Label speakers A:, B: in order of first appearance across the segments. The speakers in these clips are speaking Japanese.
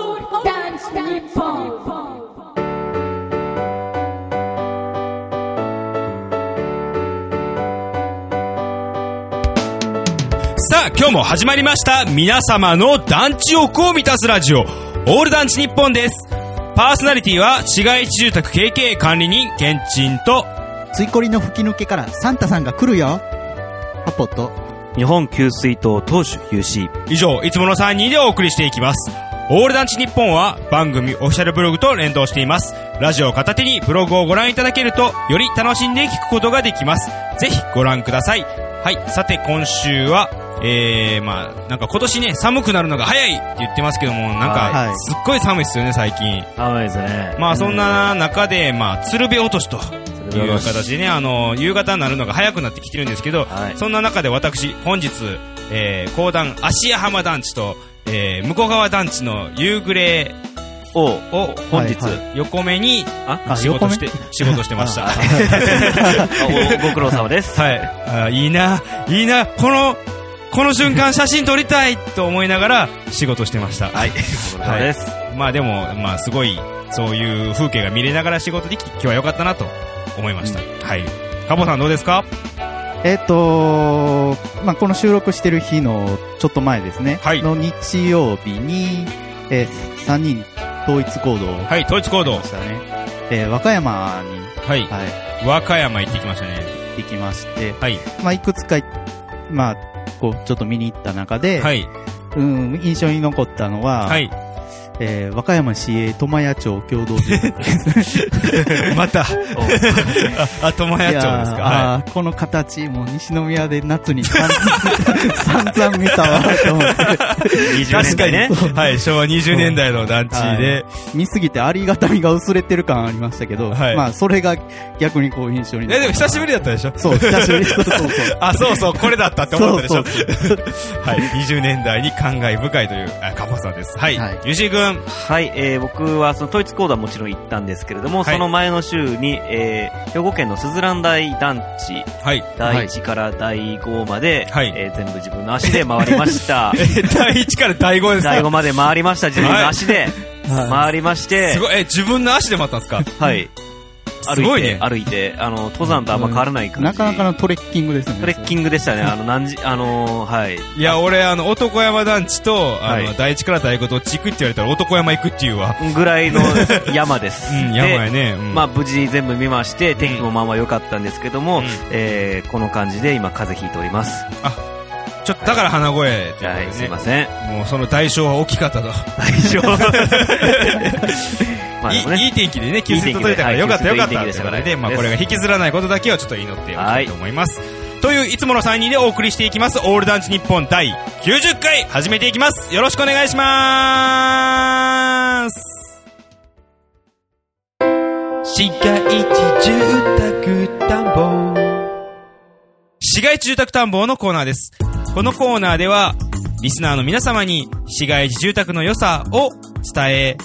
A: した日本
B: さあ、今日も始まりました。皆様の団地欲を満たすラジオ、オール団地日本です。パーソナリティは、市街地住宅 KK 管理人、ケンチンと、
C: ついこりの吹き抜けからサンタさんが来るよアポと
D: 日本給水塔当主 UC
B: 以上、いつもの3人でお送りしていきます。オール団地日本は、番組オフィシャルブログと連動しています。ラジオを片手にブログをご覧いただけると、より楽しんで聞くことができます。ぜひご覧ください。はい、さて今週は、えー、まあなんか今年ね、寒くなるのが早いって言ってますけども、なん
C: は
B: か
C: い、
B: すっごい寒いですよね、最近。
D: 甘いですね
B: まあそんな中で、まあ、鶴瓶落としと
D: 瓶
B: い
D: 落と
B: う
D: し
B: 形でね、あの、夕方になるのが早くなってきてるんですけど、
D: はい
B: そんな中で私、本日、えー、講談、芦屋浜団地と、えー、向川団地の夕暮れ
D: を
B: を本日
C: はい
B: 横目に
D: あ
C: あ
B: 仕事して、
C: 横
B: 仕事してました。
C: あ
B: は
D: おご苦労様です
B: い。あいいな、いいな、この、この瞬間写真撮りたいと思いながら仕事してました。はい。
D: ご苦労様です、
B: まあでも、まあすごい、そういう風景が見れながら仕事できて、今日は良かったなと思いました。はい。カボさんどうですか
C: えっ、とまあ、この収録してる日のちょっと前ですね、
B: はい
C: の日曜日に、え3人統一行動を
B: はい、統一行動
C: ま。したね、えー和歌山に、
B: はい。
C: は
B: 和歌山行ってきましたね。
C: い、行きまして、
B: はい。
C: まあ、いくつか、まあ、こうちょっと見に行った中で、
B: はい。
C: うん印象に残ったのは、
B: はい。
C: えー和歌山市営苫谷町共 同住宅
B: また、
D: お
B: あ、友谷町ですか。
C: いやー
B: は
C: あーこの形、もう西宮で夏に散々散々見たわと思って、
B: い。
D: 20年代ね
B: 確かに。はい。昭和20年代の団地で。
C: 見すぎてありがたみが薄れてる感ありましたけど、
B: はい
C: まあそれが逆にこう印象に
B: え、でも久しぶりだ
C: っ
B: ったでしょ
C: た。そう、久しぶり。そうそうそう。
B: あ、そうそう、これだったって思ったでしょ。
C: そう
B: はい。20年代に感慨深いという、あ、カボさんです。はい
C: はい。
B: ゆしくん。
D: はい、えー、僕はその統一講座はもちろん行ったんですけれども、
B: はい
D: その前の週に、えー、兵庫県のすずらん台団地、
B: はい。
D: 第1から第5まで、
B: はい
D: えー全部自分の足で回りました。
B: え、第1から第5ですか
D: 第5まで回りました、自分の足で。回りまして
B: す、ごい、え、自分の足で待ったんです か
D: はい。
B: すご
D: 歩
B: い
D: いて、
B: ね
D: 歩いて、あの、登山とあんま変わらない感じ。
C: なかなかのトレッキングですね。
D: トレッキングでし たね。あの、何時、あのーはい。
B: いや、俺、あの、男山団地と、あの、
D: はい
B: 第一から第五どっち行くって言われたら男山行くっていうわ。
D: ぐらいの山で す。
B: うん、
D: で
B: やばいね。うん、
D: まあ、無事全部見まして、天気もまあまあ良かったんですけども、
B: うん
D: えー、この感じで今風邪ひいております。
B: ちょっと、だから鼻声っていう
D: はい、
B: こと
D: す
B: で
D: い
B: ね
D: ま。せん。
B: もうその代償は大きかったと。
D: 大丈 夫。まあでも
B: いいいい
D: ね、
B: 天気でね、急須届いたから
D: いい
B: よ
D: 天気で
B: かったよかった
D: はい急須といい天気で
B: っ
D: して
B: こ
D: たか
B: と
D: ら
B: で、まあこれが引きずらないことだけはちょっと祈っておきたいと思います。という、いつもの3人でお送りしていきます、オール団地日本第90回、始めていきます。よろしくお願いしまーす。
E: 市街地住宅田んぼ
B: 市街地住宅探訪のコーナーです。このコーナーでは、リスナーの皆様に市街地住宅の良さを伝え、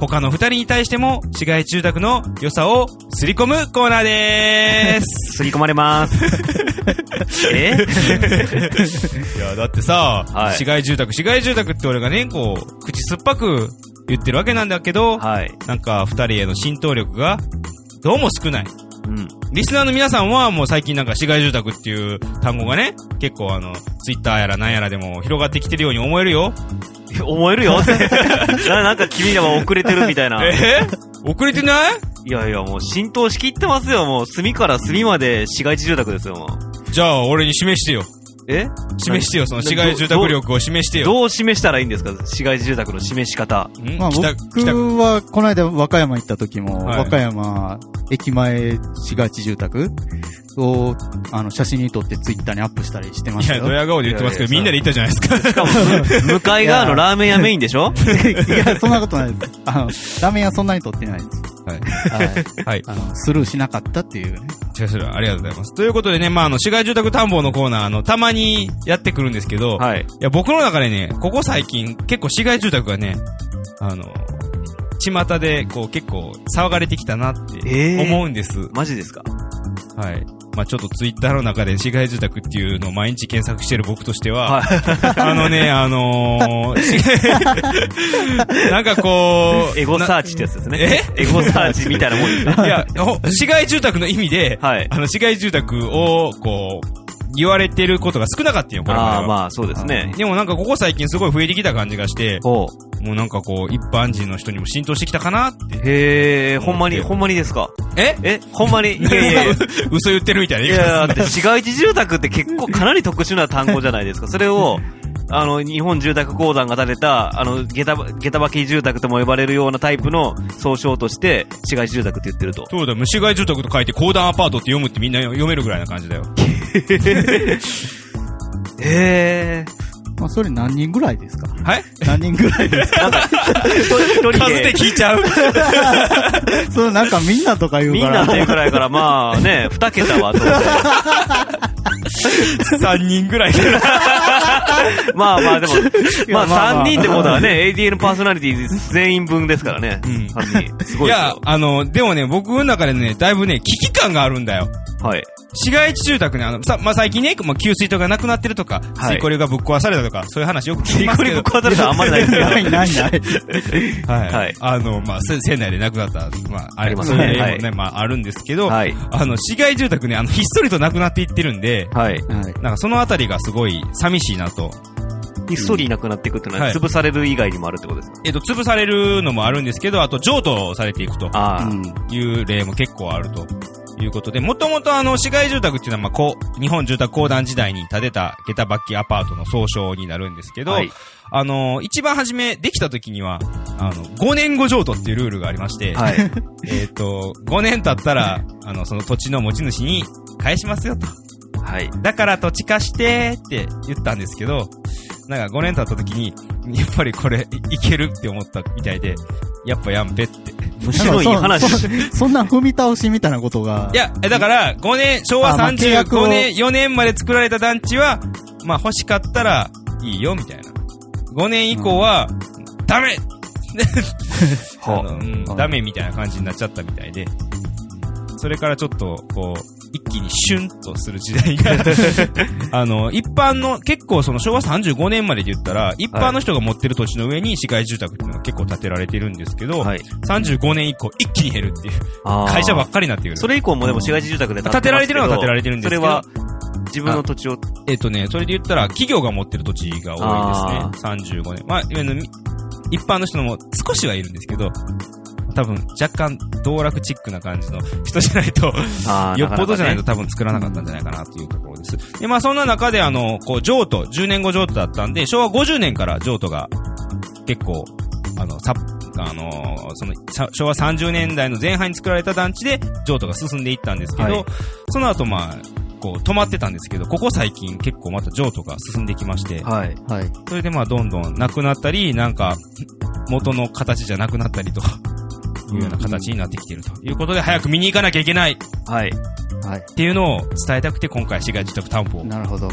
B: 他の二人に対しても市街地住宅の良さをすり込むコーナーでー
D: すり込まれます。え
B: す。いや、だってさ、
D: はい
B: 市街地住宅、市街地住宅って俺がね、こう、口酸っぱく言ってるわけなんだけど、
D: はい。
B: なんか二人への浸透力がどうも少ない。
D: うん。
B: リスナーの皆さんはもう最近なんか市街住宅っていう単語がね、結構あの、ツイッターやらなんやらでも広がってきてるように思えるよ。
D: 思えるよ ななんか君らは遅れてるみたいな。
B: えー遅れてない
D: いやいや、もう浸透しきってますよ、もう。隅から隅まで市街地住宅ですよ、もう。
B: じゃあ俺に示してよ。
D: え
B: 示してよ、その市街住宅力を示してよ。
D: どう示したらいいんですか市街地住宅の示し方。
B: ん
C: まあ
B: 北
C: 僕
B: 北区
C: はこの間和歌山行った時も、
B: はい
C: 和歌山駅前市街地住宅をあの写真に撮ってツイッターにアップしたりしてま
B: い
C: した
B: や、
C: よ。
B: ドヤ顔で言ってますけど、
D: い
B: み
D: や
B: ん
D: い
B: なで
D: や
B: 行ったじゃないですか。
D: しかも、む向かい側のラーメン屋メインでしょ
C: いや、そんなことないです。あの、ラーメン屋そんなに撮ってないです。
B: はい
C: はい。
B: はい。
C: あの、スルーしなかったっていうね。
B: 違う違うありがとうございます。ということでね、まああの、市街住宅探訪のコーナー、あの、たまにやってくるんですけど、
D: はい。
B: いや、僕の中でね、ここ最近、結構市街住宅がね、あの、巷で、こう、結構、騒がれてきたなって
D: えー
B: 思うんです。
D: マジですか
B: はい。まあちょっとツイッターの中で市街住宅っていうのを毎日検索してる僕としては、
D: はい。
B: あのね、あのー、市 なんかこう、
D: エゴサーチってやつですね。えエゴサーチみたいなもんですね。
B: いや、ほ市街住宅の意味で、
D: はい
B: あの、市街住宅を、こう、言われてることが少なかったよ、これまでは
D: ああ、まあそうですね。
B: でもなんかここ最近すごい増えてきた感じがして、
D: ほ
B: もうなんかこう、一般人の人にも浸透してきたかなって。
D: う。へえ、ほんまに、ほんまにですか
B: え
D: え、ほんまにいやいやいや。
B: 嘘言ってるみたいない言い方すんな
D: や、だって市街地住宅って結構かなり特殊な単語じゃないですか。それを、あの、日本住宅公団が建てた、あの、下駄ば、下駄履き住宅とも呼ばれるようなタイプの総称として、市街地住宅って言ってると。
B: そうだ、虫害住宅と書いて、公団アパートって読むってみんな読めるぐらいな感じだよ。
D: へえ。
C: まあ、それ何人ぐらいですか
B: はい
C: 何人ぐらい ですか
D: 一人一人
B: 数で
D: で、
B: 聞いち ゃう
C: そのなんかみんなとか言う
D: み
C: か
D: んな
C: ら。
D: っていうくらいから、まあね、二桁は当然
B: ?3 人ぐらい。
D: まあまあでも、
C: や
D: ま
C: まあまあ
D: あ3人ってことはね、ADN パーソナリティ全員分ですからね。
B: うん
D: 三人。す
B: い
D: ごいです
B: や
D: よ、。
B: あの、でもね、僕の中でね、だいぶね、危機感があるんだよ。
D: はい。
B: 市街地住宅ね、あの、さ、まあ、最近ね、まあ、給水塔がなくなってるとか、
D: はい
B: 水こりがぶっ壊されたとか、そういう話よく聞き
D: リ
B: ます
D: コ
B: け
D: リ
B: ど。
D: コ壊されたらあんまりないですけど。
C: ないないない。
B: はい。
D: はい
B: あの、まあ、せ船内でなくなった、まあ、あれ
D: り
B: も
D: ま
B: そ
D: す
B: う
D: ね
B: いう例も
D: は
B: ね、まあ、あるんですけど、
D: はい
B: あの、市街住宅ね、あの、ひっそりとなくなっていってるんで、
D: はい。
C: はい。
B: なんかそのあたりがすごい寂しいなと。
D: ひっそりいなくなっていくっての
B: は
D: はい潰される以外にもあるってことですか
B: えっと、潰されるのもあるんですけど、あと譲渡されていくと
D: あ
C: うん。
B: いう例も結構あるということで、もともとあの、市街住宅っていうのは、まあ、こう、日本住宅公団時代に建てた下駄バッキアパートの総称になるんですけ
D: あ。
B: ど、
D: はい。
B: あの、一番初めできた時には、あの、5年後譲渡っていうルールがありまして、
D: はい。
B: えっ、と、5年経ったら、あの、その土地の持ち主に返しますよと。
D: はい。
B: だから土地貸してって言ったんですけど、なんか5年経った時に、やっぱりこれいいけるって思ったみたいで、やっぱやんべって。
D: むしろいい話。
C: そそそんな踏み倒しみたいなことが。
B: いや、えだから5年、昭和
C: あまあ契約を
B: 35年、4年まで作られた団地は、まあ欲しかったらいいよみたいな。5年以降は、ダメ
D: ほ
B: あの
D: う
B: うん
C: はあ
B: ダメみたいな感じになっちゃったみたいで、それからちょっと、こう、一気にシュンとする時代 が、あの、一般の、結構その昭和35年までで言ったら、一般の人が持ってる土地の上に市街住宅っていうのが結構建てられてるんですけど、
D: はい。
B: 35年以降一気に減るっていう、
D: あー
B: 会社ばっかりになってくる。
D: それ以降もでも市街地住宅で
B: 建てられてるのは建てられてるんですけど
D: それは、自分の土地を、
B: えっとね、それで言ったら企業が持ってる土地が多いですね。35年。まあ、いわゆるみ一般の人も少しはいるんですけど、多分若干道楽チックな感じの人じゃないと、
D: あー
B: よっぽどじゃないと
D: か
B: 多分作らなかったんじゃないかなというところです。で、まあそんな中であの、こう譲渡、10年後譲渡だったんで、昭和50年から譲渡が結構、あの、さ、あのーその、さ昭和30年代の前半に作られた団地で譲渡が進んでいったんですけど、
D: はい
B: その後まあ、こう止まってたんですけど、ここ最近結構また譲渡が進んできまして、
D: なかね
C: はい。
B: それでまあどんどんなくなったり、なんか、元の形じゃなくなったりとか、いうような形になってきてるということで、早く見に行かなきゃいけない
D: はい。はい。
C: はい。
B: っていうのを伝えたくて今回市街地宅担保をぶ
C: なるほど。
B: っ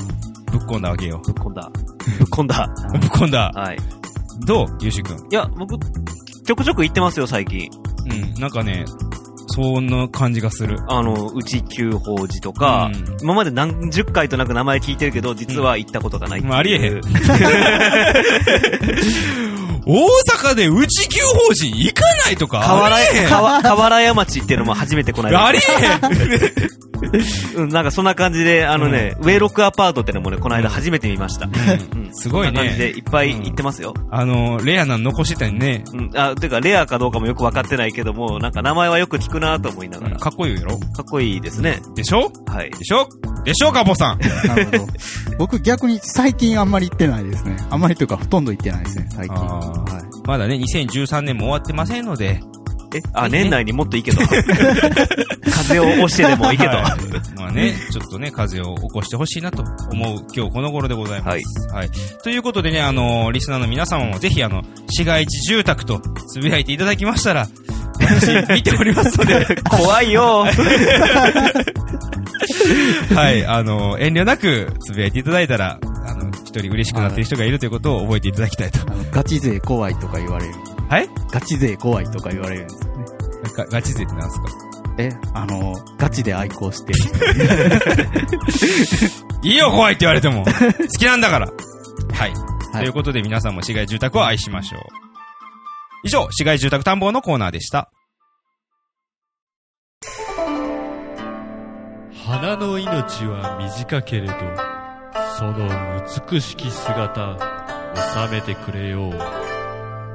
B: 込んだわけよ。
D: ぶっこんだ。ぶっこんだ。
B: ぶっ込んだ。
D: はい。
B: どうゆうしくん。
D: いや、僕、ちょくちょく行ってますよ、最近。
B: うん。なんかね、そんな感じがする。
D: あの、内九宝寺とか、
B: うん
D: 今まで何十回となく名前聞いてるけど、実は行ったことがないっていう
B: まあありえ へん。大阪で内急法人行かないとか
D: 河
B: あ
D: 原屋、河河原屋町っていうのも初めてこない
B: りありえへん
D: うん、なんかそんな感じで、あのね、ウェイロックアパートってのもね、この間初めて見ました。
B: うん
D: うん
B: すごい
D: そんな感じで
B: ね。
D: いっぱい行ってますよ。
B: あの、レアなの残してたよね。
D: うん、あ、てかレアかどうかもよくわかってないけども、なんか名前はよく聞くなと思いながら、
B: か
D: か
B: っこいいやろ
D: っこいいですね。
B: でしょ
D: はい。
B: でしょでしょガボさん。
C: なるほど。 僕逆に最近あんまり行ってないですね。あんまりというかほとんど行ってないですね、最近。
B: あー
C: は
B: まだね、2013年も終わってませんので。
D: え、あ、年内にもっといい けど。風を押してでもいいけど。
B: はいまあね、ちょっとね、風を起こしてほしいなと思う今日この頃でございます。はい。ということでね、あのーリスナーの皆様もぜひあの、市街地住宅とつぶやいていただきましたら、私見ておりますので、
D: 怖いよ。
B: はい、あのー遠慮なくつぶやいていただいたら、あの、一人嬉しくなってる人がいるということを覚えていただきたいと。
C: あのガチ勢怖いとか言われる。
B: はい
C: ガチ勢怖いとか言われるんですよね。
B: なんかガチ勢ってなんですか
C: え、あの、ガチで愛好 して、
B: いいよ、怖いって言われて も。好きなんだから。はい。
C: はい
B: ということで皆さんも市街住宅を愛しましょう。以上、市街住宅探訪のコーナーでした。
F: 花の命は短けれどその美しき姿収めてくれよう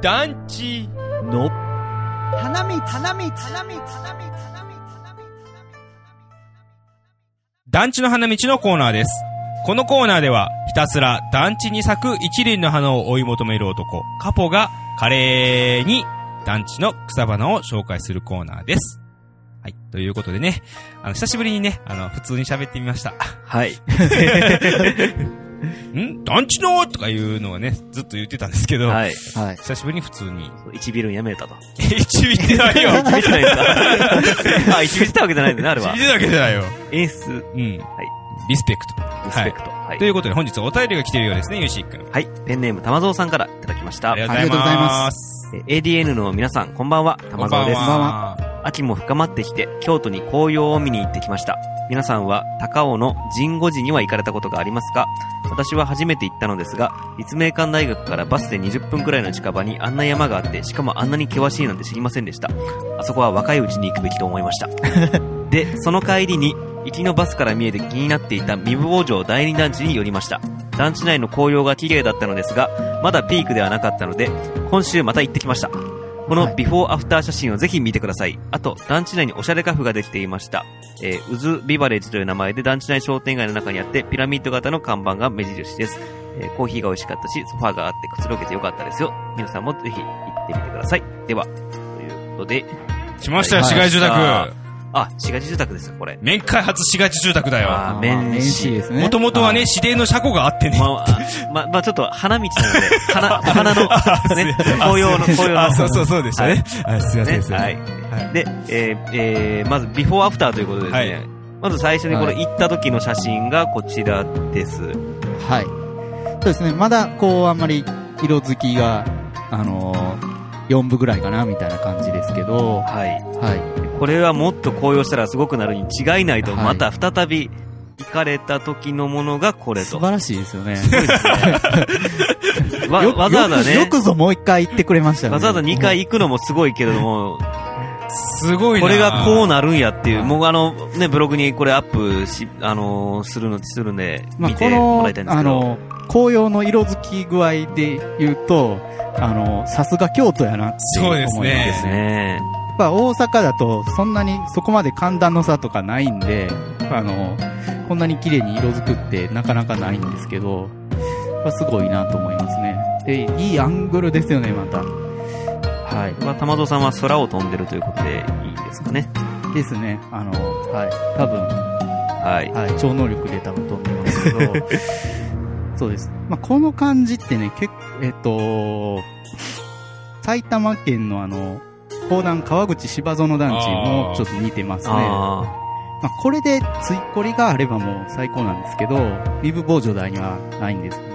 F: 団地の
G: 花見花見花見
B: 団地の花道のコーナーです。このコーナーでは、ひたすら団地に咲く一輪の花を追い求める男、カポが、華麗に団地の草花を紹介するコーナーです。はい。ということでね、あの、久しぶりにね、あの、普通に喋ってみました。
D: はい。
B: ん団地のとかいうのはね、ずっと言ってたんですけど、
D: はい。
C: はい。
B: 久しぶりに普通に。
D: 1ビルやめたと。
B: 一見て ないよ。
D: 1ビルじゃな いですか。あ、1ビルしたわけじゃないんだね、あれ
B: 一
D: は
B: 見。てたわけじゃないよ。
D: 演出、
B: うん。はい。リスペクト。
D: リスペクト。はい
B: とい。うことで本日お便りが来てるようですね、ゆうしーくん。
D: はい。ペンネーム、玉蔵さんからいただきました
B: あり。がとうございます。
D: え ADN の皆さん、こんばんは。玉蔵です。
B: こんばんは。
D: 秋も深まってきて、京都に紅葉を見に行ってきました。皆さんは高尾の神護寺には行かれたことがありますか私は初めて行ったのですが、立命館大学からバスで20分くらいの近場にあんな山があって、しかもあんなに険しいなんて知りませんでした。あそこは若いうちに行くべきと思いました。で、その帰りに、行きのバスから見えて気になっていた三部王城第二団地に寄りました。団地内の紅葉が綺麗だったのですが、まだピークではなかったので、今週また行ってきました。このビフォーアフター写真をぜひ見てください。あと、団地内におしゃれカフェができていました。えー、ウズビバレッジという名前で団地内商店街の中にあって、ピラミッド型の看板が目印です。えーコーヒーが美味しかったし、ソファーがあってくつろげてよかったですよ。皆さんもぜひ行ってみてください。では、ということで、
B: 来ましたよ、
D: はい
B: 市街住
D: は
B: 宅。
D: あ、市街地住宅ですか、これ。
B: 面開発市街地住宅だよ。
D: あー、
C: まあ
D: 面
C: 市
D: 子。
C: ですね。
B: もともとはね、市電の車庫があってね。
D: まあ、あまあ、まあ、ちょっと花道なので、花、花の、ね、紅葉の、紅葉
B: あ、
D: の。
B: そうそうそうでしたね。はい、すいませ
D: ね
B: ん、すいま
D: は
B: せん。
D: い。で、えーえーまず、ビフォーアフターということですね。
B: はい
D: まず最初にこ
C: は
D: れ
C: い
D: 行った時の写真がこちらです。
C: はい。そうですね、まだこう、あんまり色づきが、あの4部ぐらいかな、みたいな感じですけど、は
D: は
C: い。
D: い。これはもっと紅葉したらすごくなるに違いないと、
C: はい
D: また再び行かれた時のものがこれ
C: 素
D: と。
C: 晴らしいですよ ね。
D: わ
C: よく
D: わざわざ
C: よ
D: ね
C: く、よくぞもう一回行ってくれましたね。
D: わざわざ2回行くのもすごいけれども、
B: すごいな
D: これがこう
B: な。
D: なるんやっていう、
C: はい
D: もうあの、ね、ブログにこれアップし、あのーするの、するんで、
C: まあ、
D: 見
C: こ
D: てもらいたいん
C: の、
D: です
C: あ
D: けど。
C: の、紅葉の色づき具合で言うと、あの、さすが京都やなって思
B: そう
C: い
B: で
C: ますす
B: ね
C: ね。
D: ですね。
C: やっぱ大阪だとそんなにそこまで寒暖の差とかないんで、あの、こんなに綺麗に色づくってなかなかないんですけど、まあ、すごいなと思いますね。で、いいアングルですよね、また。はい。
D: まあ、玉蔵さんは空を飛んでるということで、いいですかね。
C: ですね。あの、はい。多分、
D: はい。
C: はい、超能力で多分飛んでますけ ど、そうです。まあ、この感じってね、結構、えっ、と、埼玉県のあの、高南川口芝園団地もちょっと似てますね。
D: ああ。
C: まあ、これでついこりがあればもう最高なんですけど、リブ防除台にはないんですよね。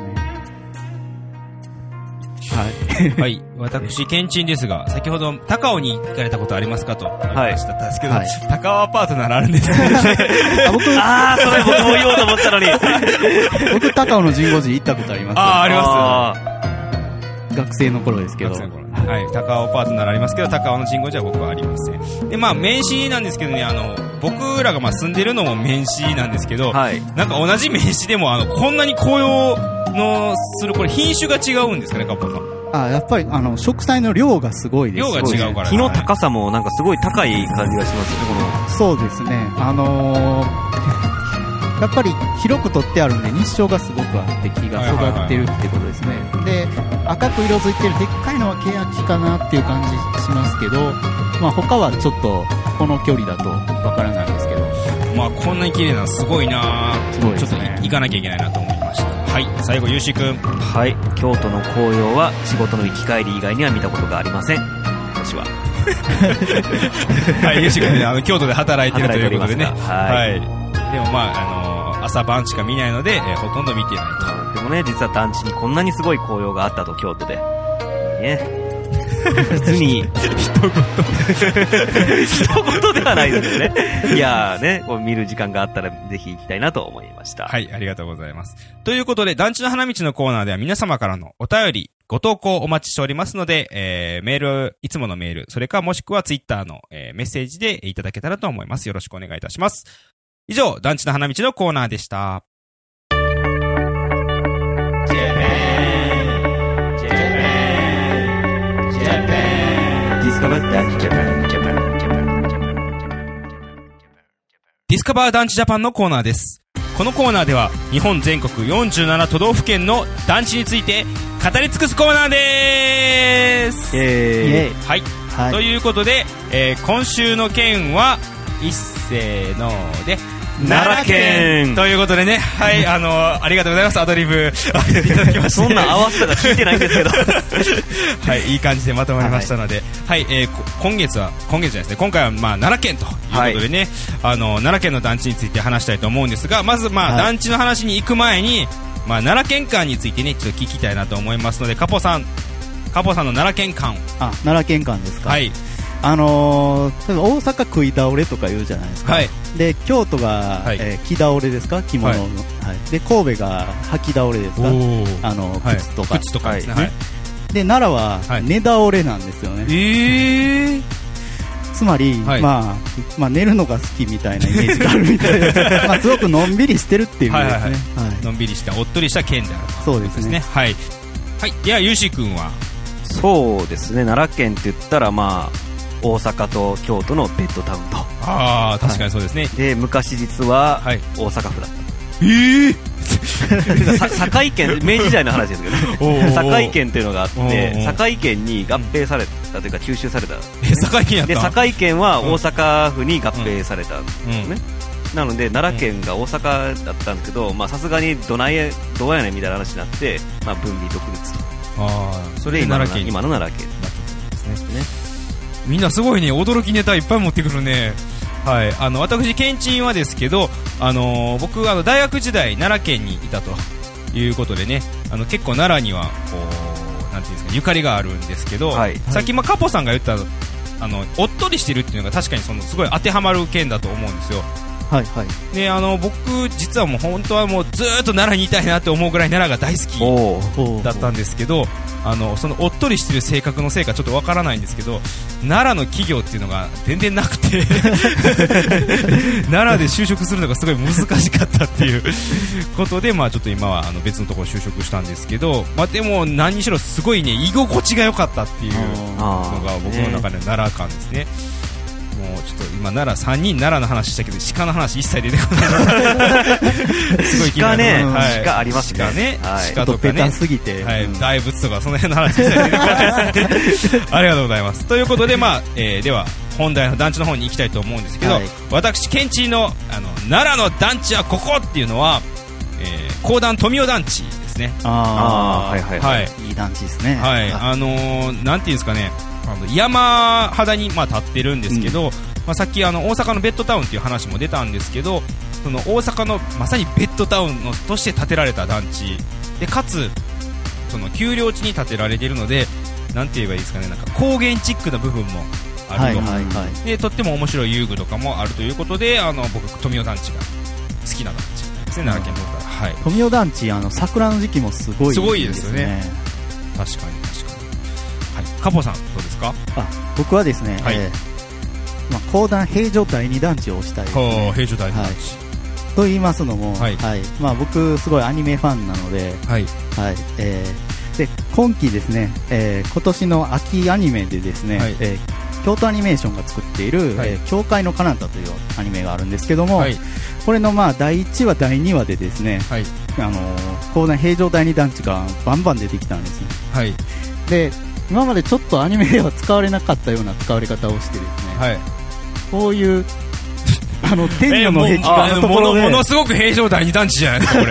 C: はい。
B: はい。私、ケンチンですが、先ほど、高尾に行かれたことありますかと。はい。したんですけど
C: はい、
B: 高尾アパートならあるんですね。
C: あ僕、
D: ああ、それ僕も言おうと思った のに。
C: 僕、高尾の神護寺行ったことありま
B: あー、あります
C: す。学生の頃ですけど。
B: 学生の頃はい、高尾パートナーありますけど、高尾の人口じゃ僕はありません。で、まあ、名刺なんですけどね、あの、僕らがまあ住んでるのも名刺なんですけど、
D: はい。
B: なんか同じ名刺でも、あの、こんなに紅葉のする、これ品種が違うんですかね、カッポさん。
C: あ、やっぱり、あの、食材の量がすごいです。
B: 量が違うから。
D: 木の高さもなんかすごい高い感じがしますね、この。
C: そうですね。あのーや っぱり広く取ってあるんで日照がすごくあって木が育ってるってことですね。で、赤く色づいてるでっかいのはケヤキかなっていう感じしますけど、まあ他はちょっとこの距離だとわからないですけど、
B: まあ、こんなに綺麗なのすごいなぁ
C: すごいで
B: ちょっ
C: す
B: と
C: ね。
B: 行かなきゃいけないなと思いました。はい、最後、ゆうしーくん。
D: はい。京都の紅葉は仕事の行き帰り以外には見たことがありません。私は。
B: はい、ゆうしーくんね、あの、京都で働いてると
D: 働
B: い
D: いて
B: う
D: おり
B: ことですね。
D: まが
B: は。
D: は
B: で
D: い
B: もまあ、あの朝晩しか見ないので、えーほとんど見てないと。
D: でもね、実は団地にこんなにすごい紅葉があったと、京都で。ね。別に。一言。 一言ではないですよね。いやーね、こう見る時間があったらぜひ行きたいなと思いました。
B: はい、ありがとうございます。ということで、団地の花道のコーナーでは皆様からのお便り、ご投稿お待ちしておりますので、えー、メール、いつものメール、それかもしくはツイッターの、えーメッセージでいただけたらと思います。よろしくお願いいたします。以上、団地の花道のコーナーでした。ディスカバー団地ジャパンのコーナーです。このコーナーでは、日本全国47都道府県の団地について語り尽くすコーナーでーす
D: え
C: イェイ
B: はい。
C: はい
B: ということで、えー今週の県は一せーので
D: 奈良県
B: ということでねはいあのーありがとうございますアドリブあいただきまし
D: ー、
B: て
D: そんなん合わせたか聞いてないんですけど。
B: はいいい感じでまとまりましたのではい、えーこ今月は今月じゃないですね今回はまあ奈良県ということでね、あのー奈良県の団地について話したいと思うんですがまずまあ、
C: はい
B: 団地の話に行く前にまあ奈良県間についてねちょっと聞きたいなと思いますのでカポさんカポさんの奈良県間
C: あ奈良県間ですか、
B: はい
C: あのー、例えば大阪食い倒れとか言うじゃないですか、
B: はい
C: で京都が、
B: はい
C: えー木倒れですか着物
B: は
C: の、はいで神戸が吐き倒れですか
B: ー
C: あの
B: はい
C: 靴とか、
B: 靴とかですね、
C: はい
B: はい
C: で奈良は
B: はい
C: 寝倒れなんですよね、
B: ええ
C: つまり、
B: はい
C: まあ、まあ寝るのが好きみたいなイメージがあるみたいで まあすごくのんびりしてるっていう意味ですね、
B: はい
C: はい
B: のんびりしたおっとりした県であると
C: そうです
B: ですね
C: ね
B: はい、はい、ではゆうし君は
D: そうですね、奈良県って言ったら、まあ、大阪と京都のベッドタウンと。
B: ああ確かにそうですね
D: で、昔実は
B: はい、
D: 大阪府だった。
B: ええ
D: さ堺県、明治時代の話 ですけどね。
B: おー
D: 堺県っていうのがあっ
B: おー
D: て、堺県に合併されたというか吸収され た。
B: え堺県やった
D: で、堺県は大阪府に合併されたんです
B: うん
D: ね。なので、奈良県が大阪だったんですけど、まあ、さすがにどないえ、どうやねんみたいな話になって、まあ、分離独立と。
B: ああそ
D: そ
B: れ
D: れ
B: で
D: 今の
B: 奈良県に
D: 今の奈良県。
B: みんなすごいね驚きネタいっぱい持ってくるねはいあの私けんちんはですけどあのー僕あの大学時代奈良県にいたということでねあの結構奈良にはこうなんていうんですかゆかりがあるんですけど、
D: はい
B: さっきまあカポさんが言ったあのおっとりしてるっていうのが確かにそのすごい当てはまる県だと思うんですよ
C: はいはい
B: であの僕実はもう本当はもうずーっと奈良にいたいなって思うぐらい奈良が大好き
D: おー
C: おー
B: だったんですけどあのそのおっとりしてる性格のせいかちょっとわからないんですけど奈良の企業っていうのが全然なくて 奈良で就職するのがすごい難しかったっていうことで、まあ、ちょっと今はあの別のところ就職したんですけど、まあ、でも何にしろすごいね居心地が良かったっていう
D: あー
B: のが僕の中での奈良感ですね。もうちょっと今奈良3人奈良の話したけど鹿の話一切出てこ ないすごい気にな
D: 鹿
B: る
D: ね
B: はい、
D: 鹿ありますね
B: 鹿ね、
D: はい
C: ちょ
B: 鹿
C: っと
B: と
C: ベ
B: か
C: タ
B: ね
C: すぎて、
B: はい、
C: うん
B: 大仏とかその辺の話したりとかですねありがとうございますということで、まあえーでは本題の団地の方に行きたいと思うんですけど、
C: はい
B: 私ケンチーのあの奈良の団地はここっていうのは、えー、高段富雄団地ですね
C: あ
D: あー、はいはい
B: はい、
C: あいい団地ですね
B: はい、
C: あ
B: あのーなんていうんですかね、あの山肌にまあ立ってるんですけど、まあさっきあの大阪のベッドタウンっていう話も出たんですけど、その大阪のまさにベッドタウンのとして建てられた団地でかつその丘陵地に建てられているので、なんて言えばいいですかね、なんか高原チックな部分もあ
C: は
B: る
C: い
B: と。
C: はいはい
B: でとっても面白い遊具とかもあるということで、あの僕富雄団地が好きな団地なんですね、奈良県の方からはい。
C: 富雄団地あの桜の時期もすごい
B: すごいですよね確かに確かに。はい、カポさんどうですか？
C: あ僕はですね、
B: はい
C: えーまあ、高段平常第二団地を推したいです、
B: はあ
C: ね、
B: 平城大団
C: はい
B: 地。
C: と言いますのも、
B: は
C: はいいまあ、僕すごいアニメファンなので,、
B: はい。
C: はいえーで今期ですね、えー今年の秋アニメでですね、
B: はい
C: えー京都アニメーションが作っている「
B: はい
C: えー教会の彼方というアニメがあるんですけども、
B: はい
C: これのまあ第1話第2話でですね、
B: はい
C: あのー高段平常第二団地がバンバン出てきたんですね
B: はい。
C: で今までちょっとアニメでは使われなかったような使われ方をしてですね、
B: はい。
C: こういうあの天女の壁画のとこ
B: も
C: ろ
B: の、も
C: で
B: のすごく平常第二団地じゃないですか、こ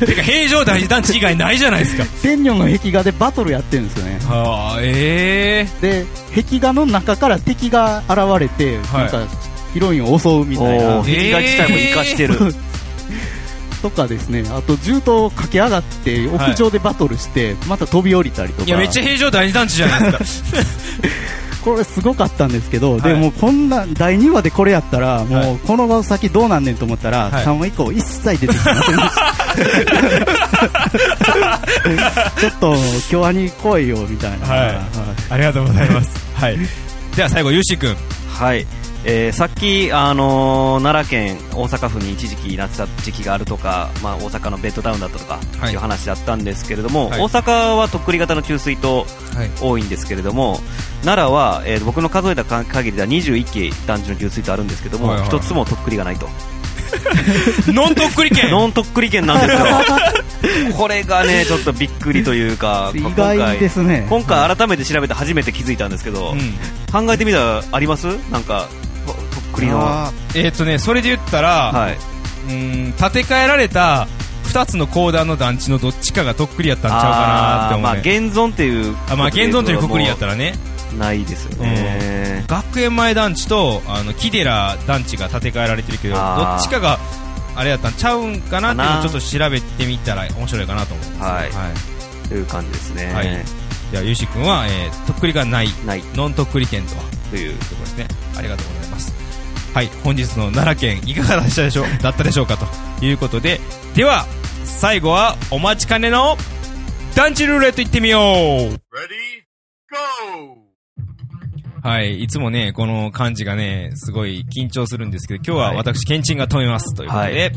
B: れ。てか、平常第二団地以外ないじゃないですか。
C: 天女の壁画でバトルやってるんですよね
B: はあ、え
C: で壁画の中から敵が現れて、
B: はい
C: なんかヒロインを襲うみたい
D: お
C: な
D: ー壁画自体も生かしてる、
C: とかですねあと銃刀を駆け上がって屋上でバトルして、また飛び降りたり
B: え
C: とか
B: いや、めっちゃ平常第二団地じゃないですか。
C: これすごかったんですけど、
B: はい
C: でもこんな第2話でこれやったらもう、
B: はい
C: この先どうなんねんと思ったら、
B: はい
C: 3話以降一切出てきませんで したちょっと京アニ来いよみたい な、
B: はいありがとうございます。はい。では最後、ゆうしくん。
D: はい、えーさっき、あのー奈良県大阪府に一時期なってた時期があるとか、まあ、大阪のベッドタウンだったとか
B: はい
D: っていう話だったんですけれども、
B: はい
D: 大阪はとっくり型の給水塔
B: はい
D: 多いんですけれども、奈良は、えー僕の数えた限りでは21基団地の給水塔あるんですけども、
B: はいはいはい
D: 一つもとっくりがないと。
B: ノンとっくり券
D: ノンとっくり券なんですよこれがねちょっとびっくりというか
C: 意外ですね
D: 今回今回改めて調べて初めて気づいたんですけど、
B: うん。
D: 考えてみたらありますなんかととっくりのは
C: あ
B: えっ、とね、それで言ったら、
D: いう
B: ーん、建て替えられた2つの公団の団地のどっちかがとっくりやったんちゃうかなって思う、ね。
D: まあ現存っていう
B: あまあ、現存というくくりやった
D: ら
B: らね
D: ないですよね、
B: 学園前団地とあの木寺団地が建て替えられてるけどど
D: あー
B: っちかがあれやったんちゃうんかなっていうの
D: か
B: を
D: な
B: ちょっと調べてみたら面白いかなと思います、
D: はい
B: は
D: という感じですね、
B: はいではゆうし君は、えーとっくりがない
D: ない
B: ノンとっくり券とは
D: とい
B: とい
D: う
B: うことですねありがとうございますはい本日の奈良県いかがでしたでしょ うだったでしょうかということででは最後はお待ちかねの団地ルーレット行ってみようはい、いつもね、この漢字がね、すごい緊張するんですけど、今日は私、ケンチンが止めます。ということで、
D: はい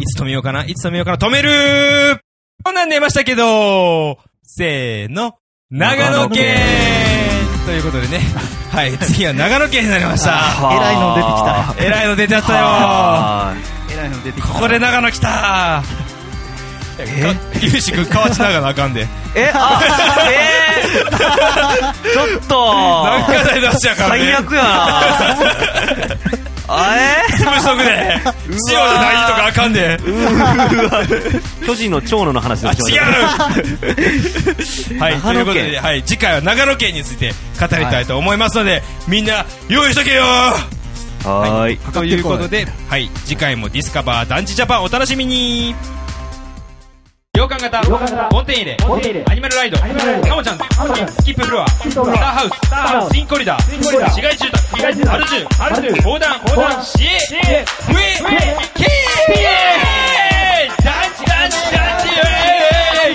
B: い、つ止めようかないつ止めようかな止めるこんなん出ましたけどせーの、長野
D: 長野
B: 県
D: 県
B: ということでね、はい、次は長野県になりました。
C: ー偉いの出てきた
B: えらいの出てあったよ
D: は
C: ー偉いの出てきた
B: ここで長野来た
D: え
B: ゆうしくん、かわちながらあかんで。
D: いえあ えー、ちょっ
B: なん
D: と
B: かで出しちゃうからね。
D: 最悪や なあえ
B: 潰しとくで。塩じゃないとかあかんで。
D: 巨人の長野の話
B: あ
D: で
B: 違
D: すよね
B: うはい、と
D: 長
B: いうこと
D: 野県
B: で、はい、次回は長野県について語りたいと思いますので、みんな、用意しとけよ
D: はーい
B: ということで、はい、次回もディスカバー団地ジャパンお楽しみに洋館型、梵天入れ、アニマルライド、カモちゃん、スキップフロア、スターハウス、シンコリダー、市街住宅、アルジュ、横断、市営、上、経営団地団地団地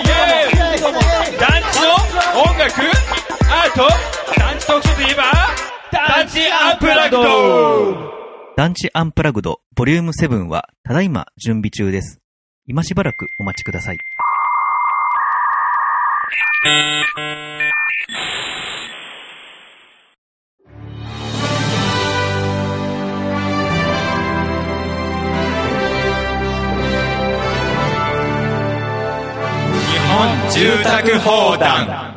B: イェーイイェーイ団地の音楽、アート、団地特集といえば、団地アンプラグド
D: 団地アンプラグドボリューム7はただいま準備中です。今しばらくお待ちください。
B: 日本住宅放談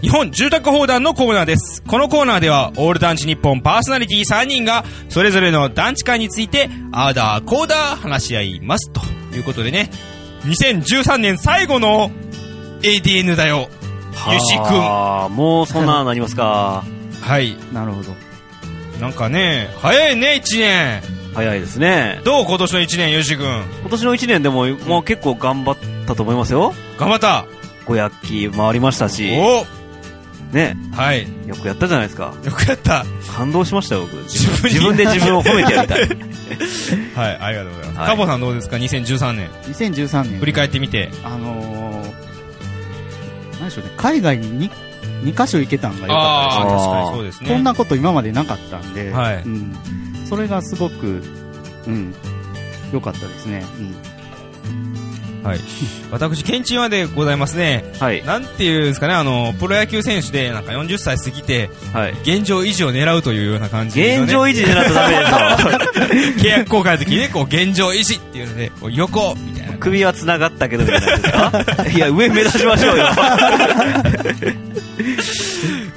B: 日本住宅放談のコーナーです。このコーナーでは、オール団地日本パーソナリティ3人が、それぞれの団地間について、あーだーこーだー話し合います。ということでね、2013年最後の ADN だよ。ゆしく
D: ああ、もうそんななりますか。
B: ん。はい。
C: なるほど
B: なんかね、早いね、1年。
D: 早いですね。
B: どう今年の1年、ゆしくん。
D: 今年の1年でももう結構頑張ったと思いますよ。
B: 頑張った。
D: 500期回りましたし、
B: お
D: ね、
B: はい。
D: よくやったじゃないですか。
B: よくやった。
D: 感動しましたよ、僕。自分
B: 自
D: 自
B: 分
D: 分
B: に
D: で自分を褒めてやりたい。
B: はい、ありがとうございます。
D: はい
B: カボさんどうですか ?2013 年。
C: 2013年
B: 振り返ってみて。
C: あのー、何でしょうね海外に 2, 2箇所行けたんが良かっ
B: あー
C: たですね
D: あー
B: 確かにそうですね。
C: こんなこと今までなかったんで、
B: はい
C: うん、それがすごく、うん、良かったですね。うん
B: はい。私、ケンチンはでございますね。
D: はい、
B: なんていうんですかね、あの、プロ野球選手で、なんか40歳過ぎて、
D: はい。
B: 現状維持を狙うというような感じのね、
D: 現状維持じゃなくダメですよ。
B: 契約更改の時にね、こう、現状維持っていうので、こう横みたいな。
D: 首は繋がったけどみたいなです か。いや、上目指しましょうよ。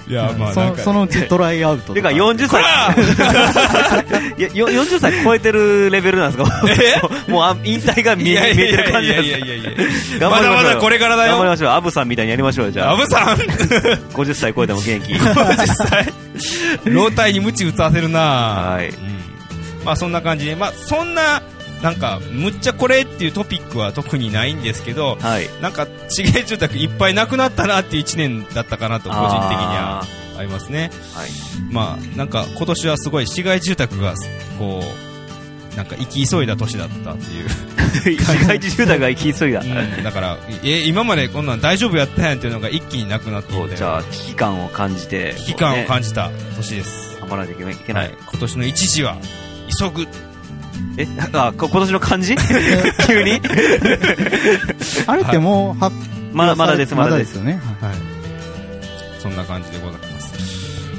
B: いや、まあ、なん
C: そ
B: か。
C: そのうちトライアウトと
D: てか
C: か。
D: 40
B: こ
D: 歳
B: ら
D: いやよ40歳超えてるレベルなんですかもうあ引退が見
B: い
D: え
B: やい
D: 見えて
B: や
D: る
B: い
D: 感じな
B: や
D: ん
B: い
D: で
B: や
D: す
B: い
D: か
B: やいや
D: 頑張
B: まだ
D: りしょう
B: ま
D: よ
B: だこれからだ
D: 頑張り
B: よ。
D: ましょうアブさんみたいにやりましょうよじゃ
B: ア
D: あ
B: ブさん
D: 50歳超えても元 気
B: 50歳 老体に鞭打たせるな
D: はい
B: うんまあそんな感じで、まあそんな、なんか、むっちゃこれっていうトピックは特にないんですけど、
D: はい
B: なんか、市営住宅いっぱいなくなったなっていう1年だったかなと、個人的には
D: あー
B: ありますね。
D: はい。
B: まあ、なんか今年はすごい市街住宅が、こう、なんか行き急いだ年だったって いう。
D: 市街地住宅が行き急いだ。
B: うんだから、え、今までこんなん大丈夫やったやんっていうのが一気になくなってい
D: こ
B: っ
D: う
B: て
D: じゃあ、危機感を感じて。
B: 危機感を
D: じ
B: 感じた年です。
D: て。頑張らなきゃいけないいけ
B: は
D: ないい。。
B: 今年の一時は、急ぐ。
D: え、あ、こ今年の 漢字急に
C: あれってもう発
D: まだ、まだです、まだ
C: で
D: ですす。
C: よね。はい
B: はい。そんな感じでございます。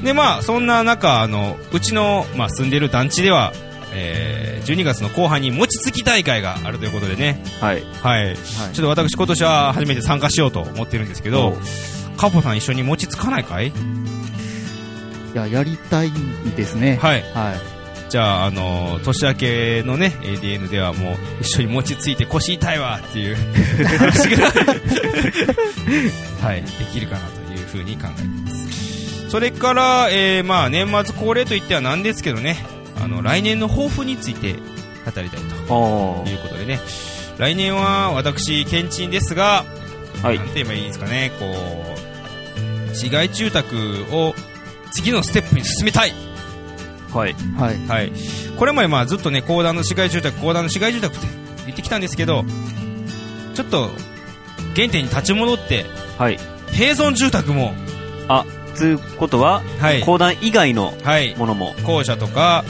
B: で、まあ、そんな中、あの、うちの、まあ、住んでる団地では、えー、12月の後半に餅つき大会があるということでね、
D: はい。
B: はい。ちょっと私今年は初めて参加しようと思ってるんですけど、カポさん一緒に餅つかないかい
C: いや、やりたいですね。
B: はい。
C: はい。
B: じゃあ、あの、年明けのね、ADN ではもう、一緒に餅ついて腰痛いわって いう話が、はい、できるかなというふうに考えています。それから、えー、まあ、年末恒例といってはなんですけどね、あの、来年の抱負について語りたい
D: おお
B: ということでね、来年は私、ケンチンですが、
D: はい
B: なん。て言えばいいですかね、こう、市街住宅を次のステップに進めたい
D: はい。
C: はい。
B: はい、これまでまあずっとね高段の市街住宅高段の市街住宅って言ってきたんですけどちょっと原点に立ち戻って
D: はい。
B: 平存住宅も
D: つうことは、
B: はい、
D: 講談以外の
B: はい、
D: ものも、
B: 校舎とか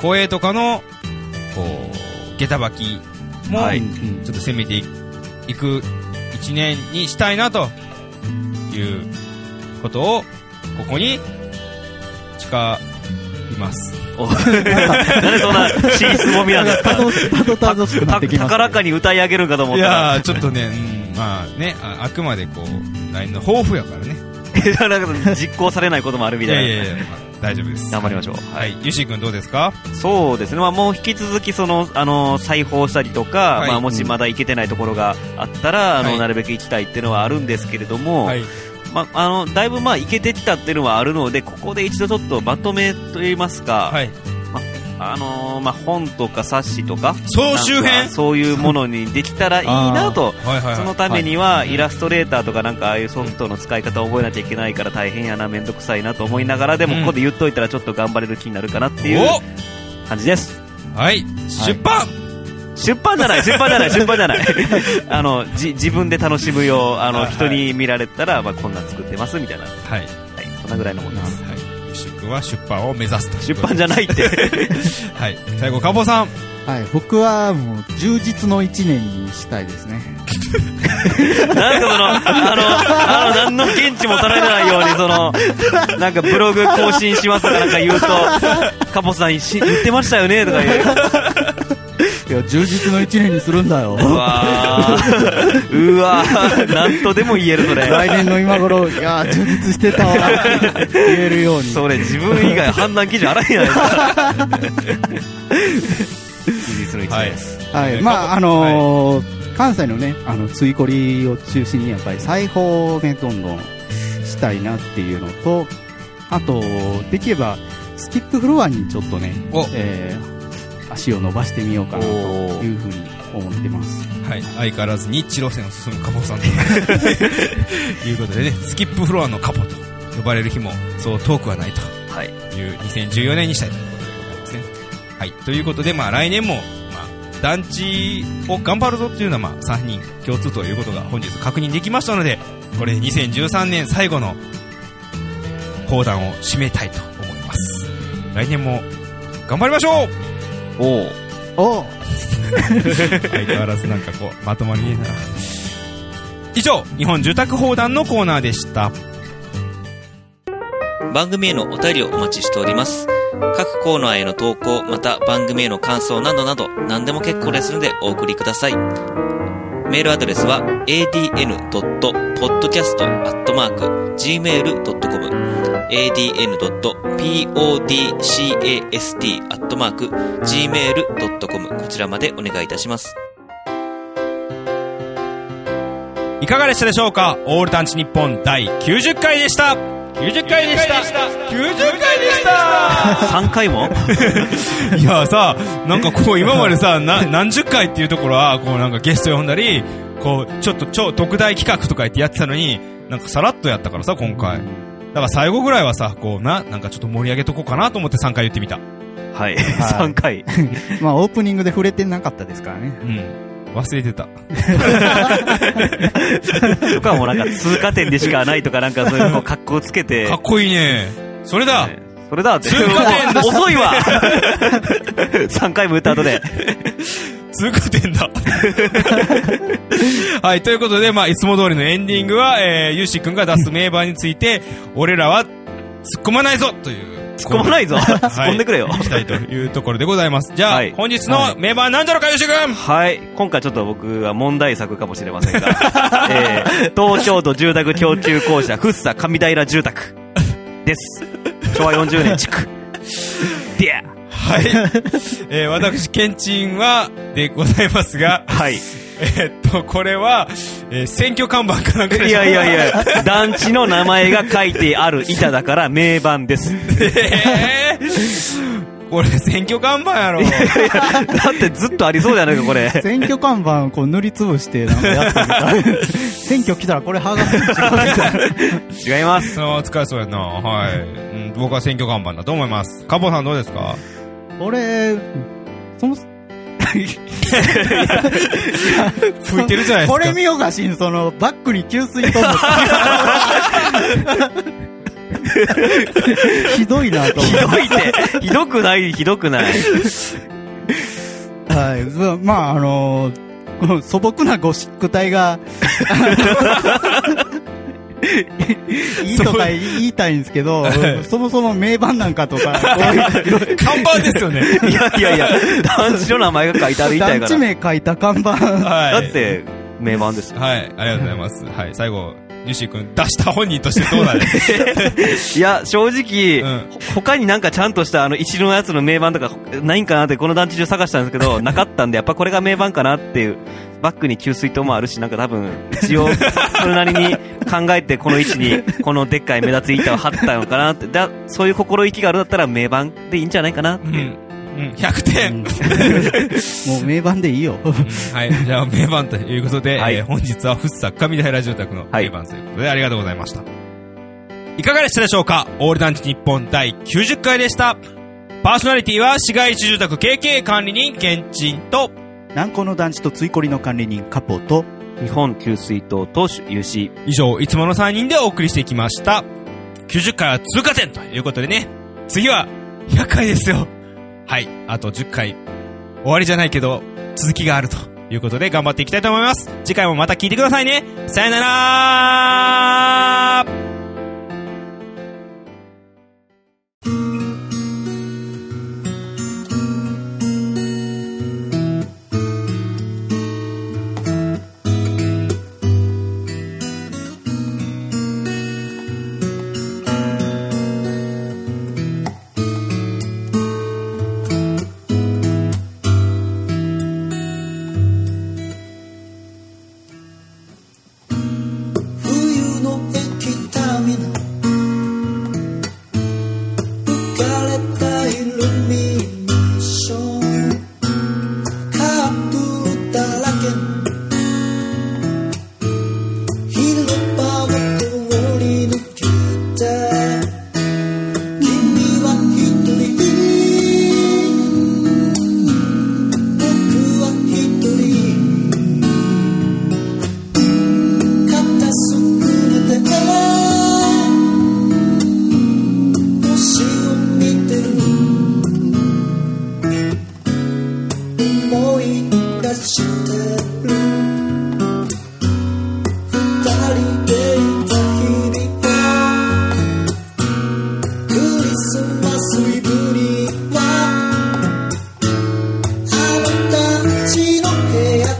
B: 公営とかのこう下駄履きも、
D: はい
C: うん
B: ちょっと攻めていく一年にしたいなということをここに誓います
D: おなんでそんな、シースもみなんです
C: た
D: か
C: どたどたどしくな
D: た
C: ってきます。
D: 高らかに歌い上げるんかと思っ
B: い
D: たら、
B: やー、ちょっとね、うんまあね、ああくまでこう、来年の抱負やからね。
D: なんか実行されないこともあるみたいな。
B: やいやいや、まあ大丈夫です。
D: 頑張りましょう
B: はい、ゆしーくんどうですか
D: そうですね、まあ、もう引き続きその、あの裁縫したりとか、
B: はい
D: まあ、もしまだ行けてないところがあったら、あの
B: はい
D: なるべく行きたいっていうのはあるんですけれども、
B: はい。
D: まあ、あのだいぶまあ行けてきたっていうのはあるので、ここで一度ちょっとまとめといいますか、
B: はい。
D: あのまあ、本とか冊子とか、
B: 総集
D: なん
B: 編
D: かそういうものにできたらいいなと。
B: はいはい
D: その
B: は
D: ためには、イラストレーターとかなんかああいうソフトの使い方を覚えなきゃいけないから大変やな、めんどくさいなと思いながら、でも
B: うん
D: ここで言っといたらちょっと頑張れる気になるかなって
B: い。
D: いう感じです。
B: おはい、出版
D: 出版じゃない、出版じゃない、出版じゃない。 あの、じ、自分で楽しむよう、あ
B: はい
D: の、
B: はい
D: 人に見られたら、まあ、こんなん作ってます、みたいな。は、
B: はい。はい
D: そんなぐらいのもんです。
B: い。ゆしーくんは出版を目指すと。
D: 出版じゃな いって。
B: はい。最後、かぼさん。
C: はい。僕はもう充実の一年にしたいですね。
D: なんかその、あの、あの、何の見地も捉えてないように、その、なんかブログ更新しますとかなんか言うと、カポさんし言ってましたよね、とか言う。
C: いや、充実の一年にするんだよ。
D: うわー。うわー。なんとでも言える、それ。
C: 来年の今頃、いやー、充実してたわって言えるように。
D: それ自分以外判断基準あらへんやないですか。実の一
B: は
D: 年
B: い
D: です。。
C: はい。
B: ね
C: まあ、あのー関西のね、あの、ついこりを中心に、やっぱり裁縫をね、どんどんしたいなっていうのと、あと、できれば、スキップフロアにちょっとね、
B: お、
C: えー足を伸ばしてみようかなというふうに思ってます。
B: はい。相変わらず、ニッチ路線を進むかぼさんと。 いうことでね、スキップフロアのカポと呼ばれる日も、そう遠くはないと。
D: はい。
B: いう2014年にしたいということでございますね。はい。ということで、まあ来年も、まあ、団地を頑張るぞっていうのは、まあ3人共通ということが本日確認できましたので、これで2013年最後の講談を締めたいと思います。来年も頑張りましょう
D: おお。
C: お
B: 相変わらずなんかこう、まとまりねえな。以上、日本住宅砲弾のコーナーでした。
H: 番組へのお便りをお待ちしております。各コーナーへの投稿、また番組への感想などなど、何でも結構ですのでお送りください。メールアドレスは adn.podcast.gmail.com adn.podcast.gmail.com こちらまでお願いいたします。
B: いかがでしたでしょうかオールタンチ日本第90回でした90回でした !90 回でした
D: 3回も
B: いやさ、なんかこう今まで さ、な何十回っていうところは、こうなんかゲスト呼んだり、こう、ちょっと超特大企画とか言ってやってたのに、なんかさらっとやったからさ、今回。から最後ぐらいはさ、こうな、なんかちょっと盛り上げとこうかなと思って3回言ってみた。
D: はい。3回。
C: まあ、オープニングで触れてなかったですから ね。
B: うん。忘れてた。
D: とかもうなんか通過点でしかないとかなんかそういうこう格好つけて。
B: かっこいいね。それだ
D: ねそれだって。
B: 通過点だ
D: 遅いわ !3 回も言った後で。
B: 通過点 だ。はい、ということで、まあ、いつも通りのエンディングは、えー、ゆうしくんが出す名盤について、俺らは突っ込まないぞという。
D: 突っ込まないぞ突っ込んでくれよ
B: はい、行きたいというところでございます。じゃあ、
D: はい
B: 本日の名盤なんじゃろうか、ゆうしくん
D: はい。今回ちょっと僕は問題作かもしれませ んが、えー、東京都住宅供給公社、福生上平住宅です。昭和40年地区。でや
B: はい。えー、私、ケンチンは、でございますが、
D: はい。
B: えーっと、これは、えー選挙看板かなんかで
D: い
B: しょ
D: やいやいや、団地の名前が書いてある板だから名盤 です。
B: えーこれ選挙看板やろ。
D: だってずっとありそうじゃないか、これ。
C: 選挙看板をこう塗りつぶして、なんかやってみた。選挙来たらこれ剥がすん違うみたいな。
D: 違います。
B: その使えそうやな。はい、うん。僕は選挙看板だと思います。カボさんどうですか
C: 俺、その、
B: 吹いてるじゃないですか。
C: これ見よがしに、その、バックに給水塔 もひどいなと思
D: ひ
C: っ
D: どいって。ひどくない、ひどくない。
C: て。はい。ままあ、あのーこの素朴なゴシック 体が、いいとか言いたいんですけど、そもそも名盤なんかとか、こういう
B: 看板ですよね。
D: いやいやいや、団地の名前が書いてある板や
C: 団
D: か
C: 地
D: ら。
C: 名書いた看板。
B: は
D: だ
B: い。
D: って、名盤ですよ。
B: はい。ありがとうございます。はい。最後、ゆしくん、出した本人としてどうなる
D: いや、正直、
B: うん
D: ほ他になんかちゃんとしたあの一のやつの名盤とかないんかなってこの団地中探したんです けど、なかったんで、やっぱこれが名盤かなっていう。バックに給水塔もあるし、なんか多分、一応、それなりに考えてこの位置に、このでっかい目立つ板を張ったのかなって、だそういう心意気があるんだったら名盤でいいんじゃないかなって。
B: うん。うん。100点。
C: もう名盤でいい よ。
B: はい。じゃあ、名盤ということで、
D: はい
B: えー本日は福生上平住宅の名盤ということで、ありがとうございました。いかがでしたでしょうかオール団地日本第90回でした。パーソナリティは市街地住宅 KK 管理人、ケンチンと、
C: 南高の団地と追こりの管理人カポと、
D: 日本給水塔投手有志。
B: 以上、いつもの3人でお送りしてきました。90回は通過点ということでね、次は100回ですよ。はい、あと10回、終わりじゃないけど、続きがあるということで頑張っていきたいと思います。次回もまた聞いてくださいね。さよなら
I: 冬の駅ターミナル浮かれたイルミネーションカップだらけの広場を通り抜けて君は一人僕は一人「片隅で星を見てる」「思い出してる」「二人でいた日々はクリスマスイブにはあなたちの部屋で」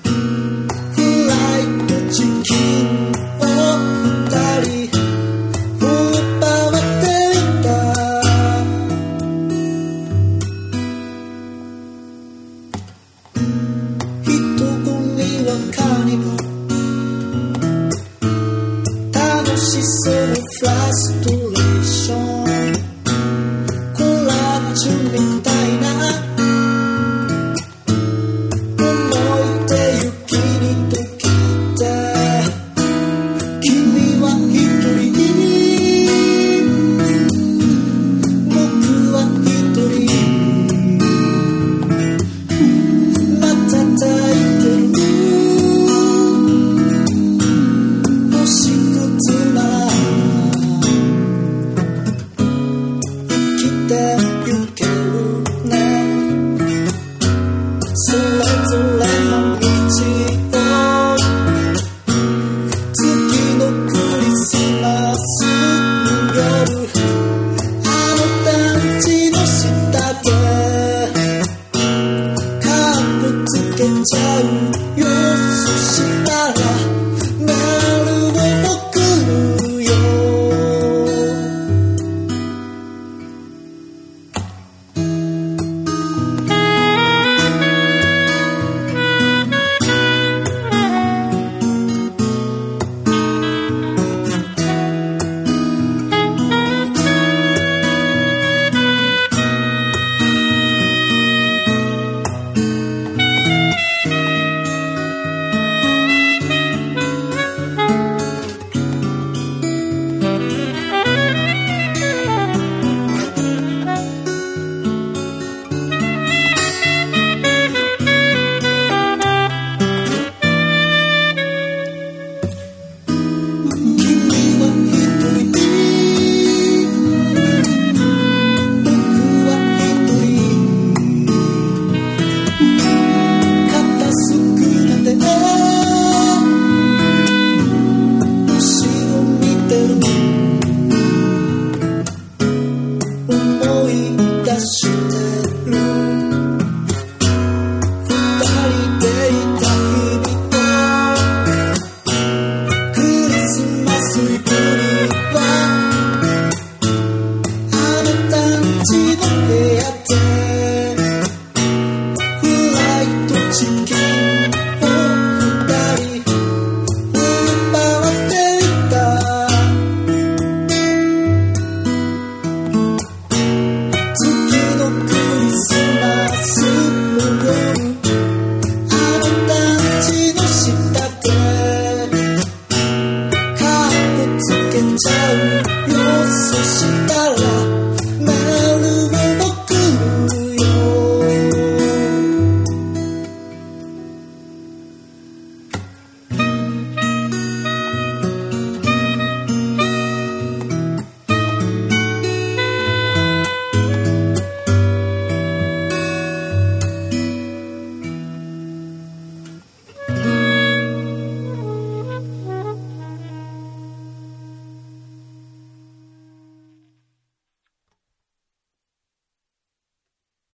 I: フライドチキンを二人二人で食べていた人混みはカニバル楽しそうフラストレーションコラッチュみたいな「思い出雪に溶けて」「君は一人」じゃう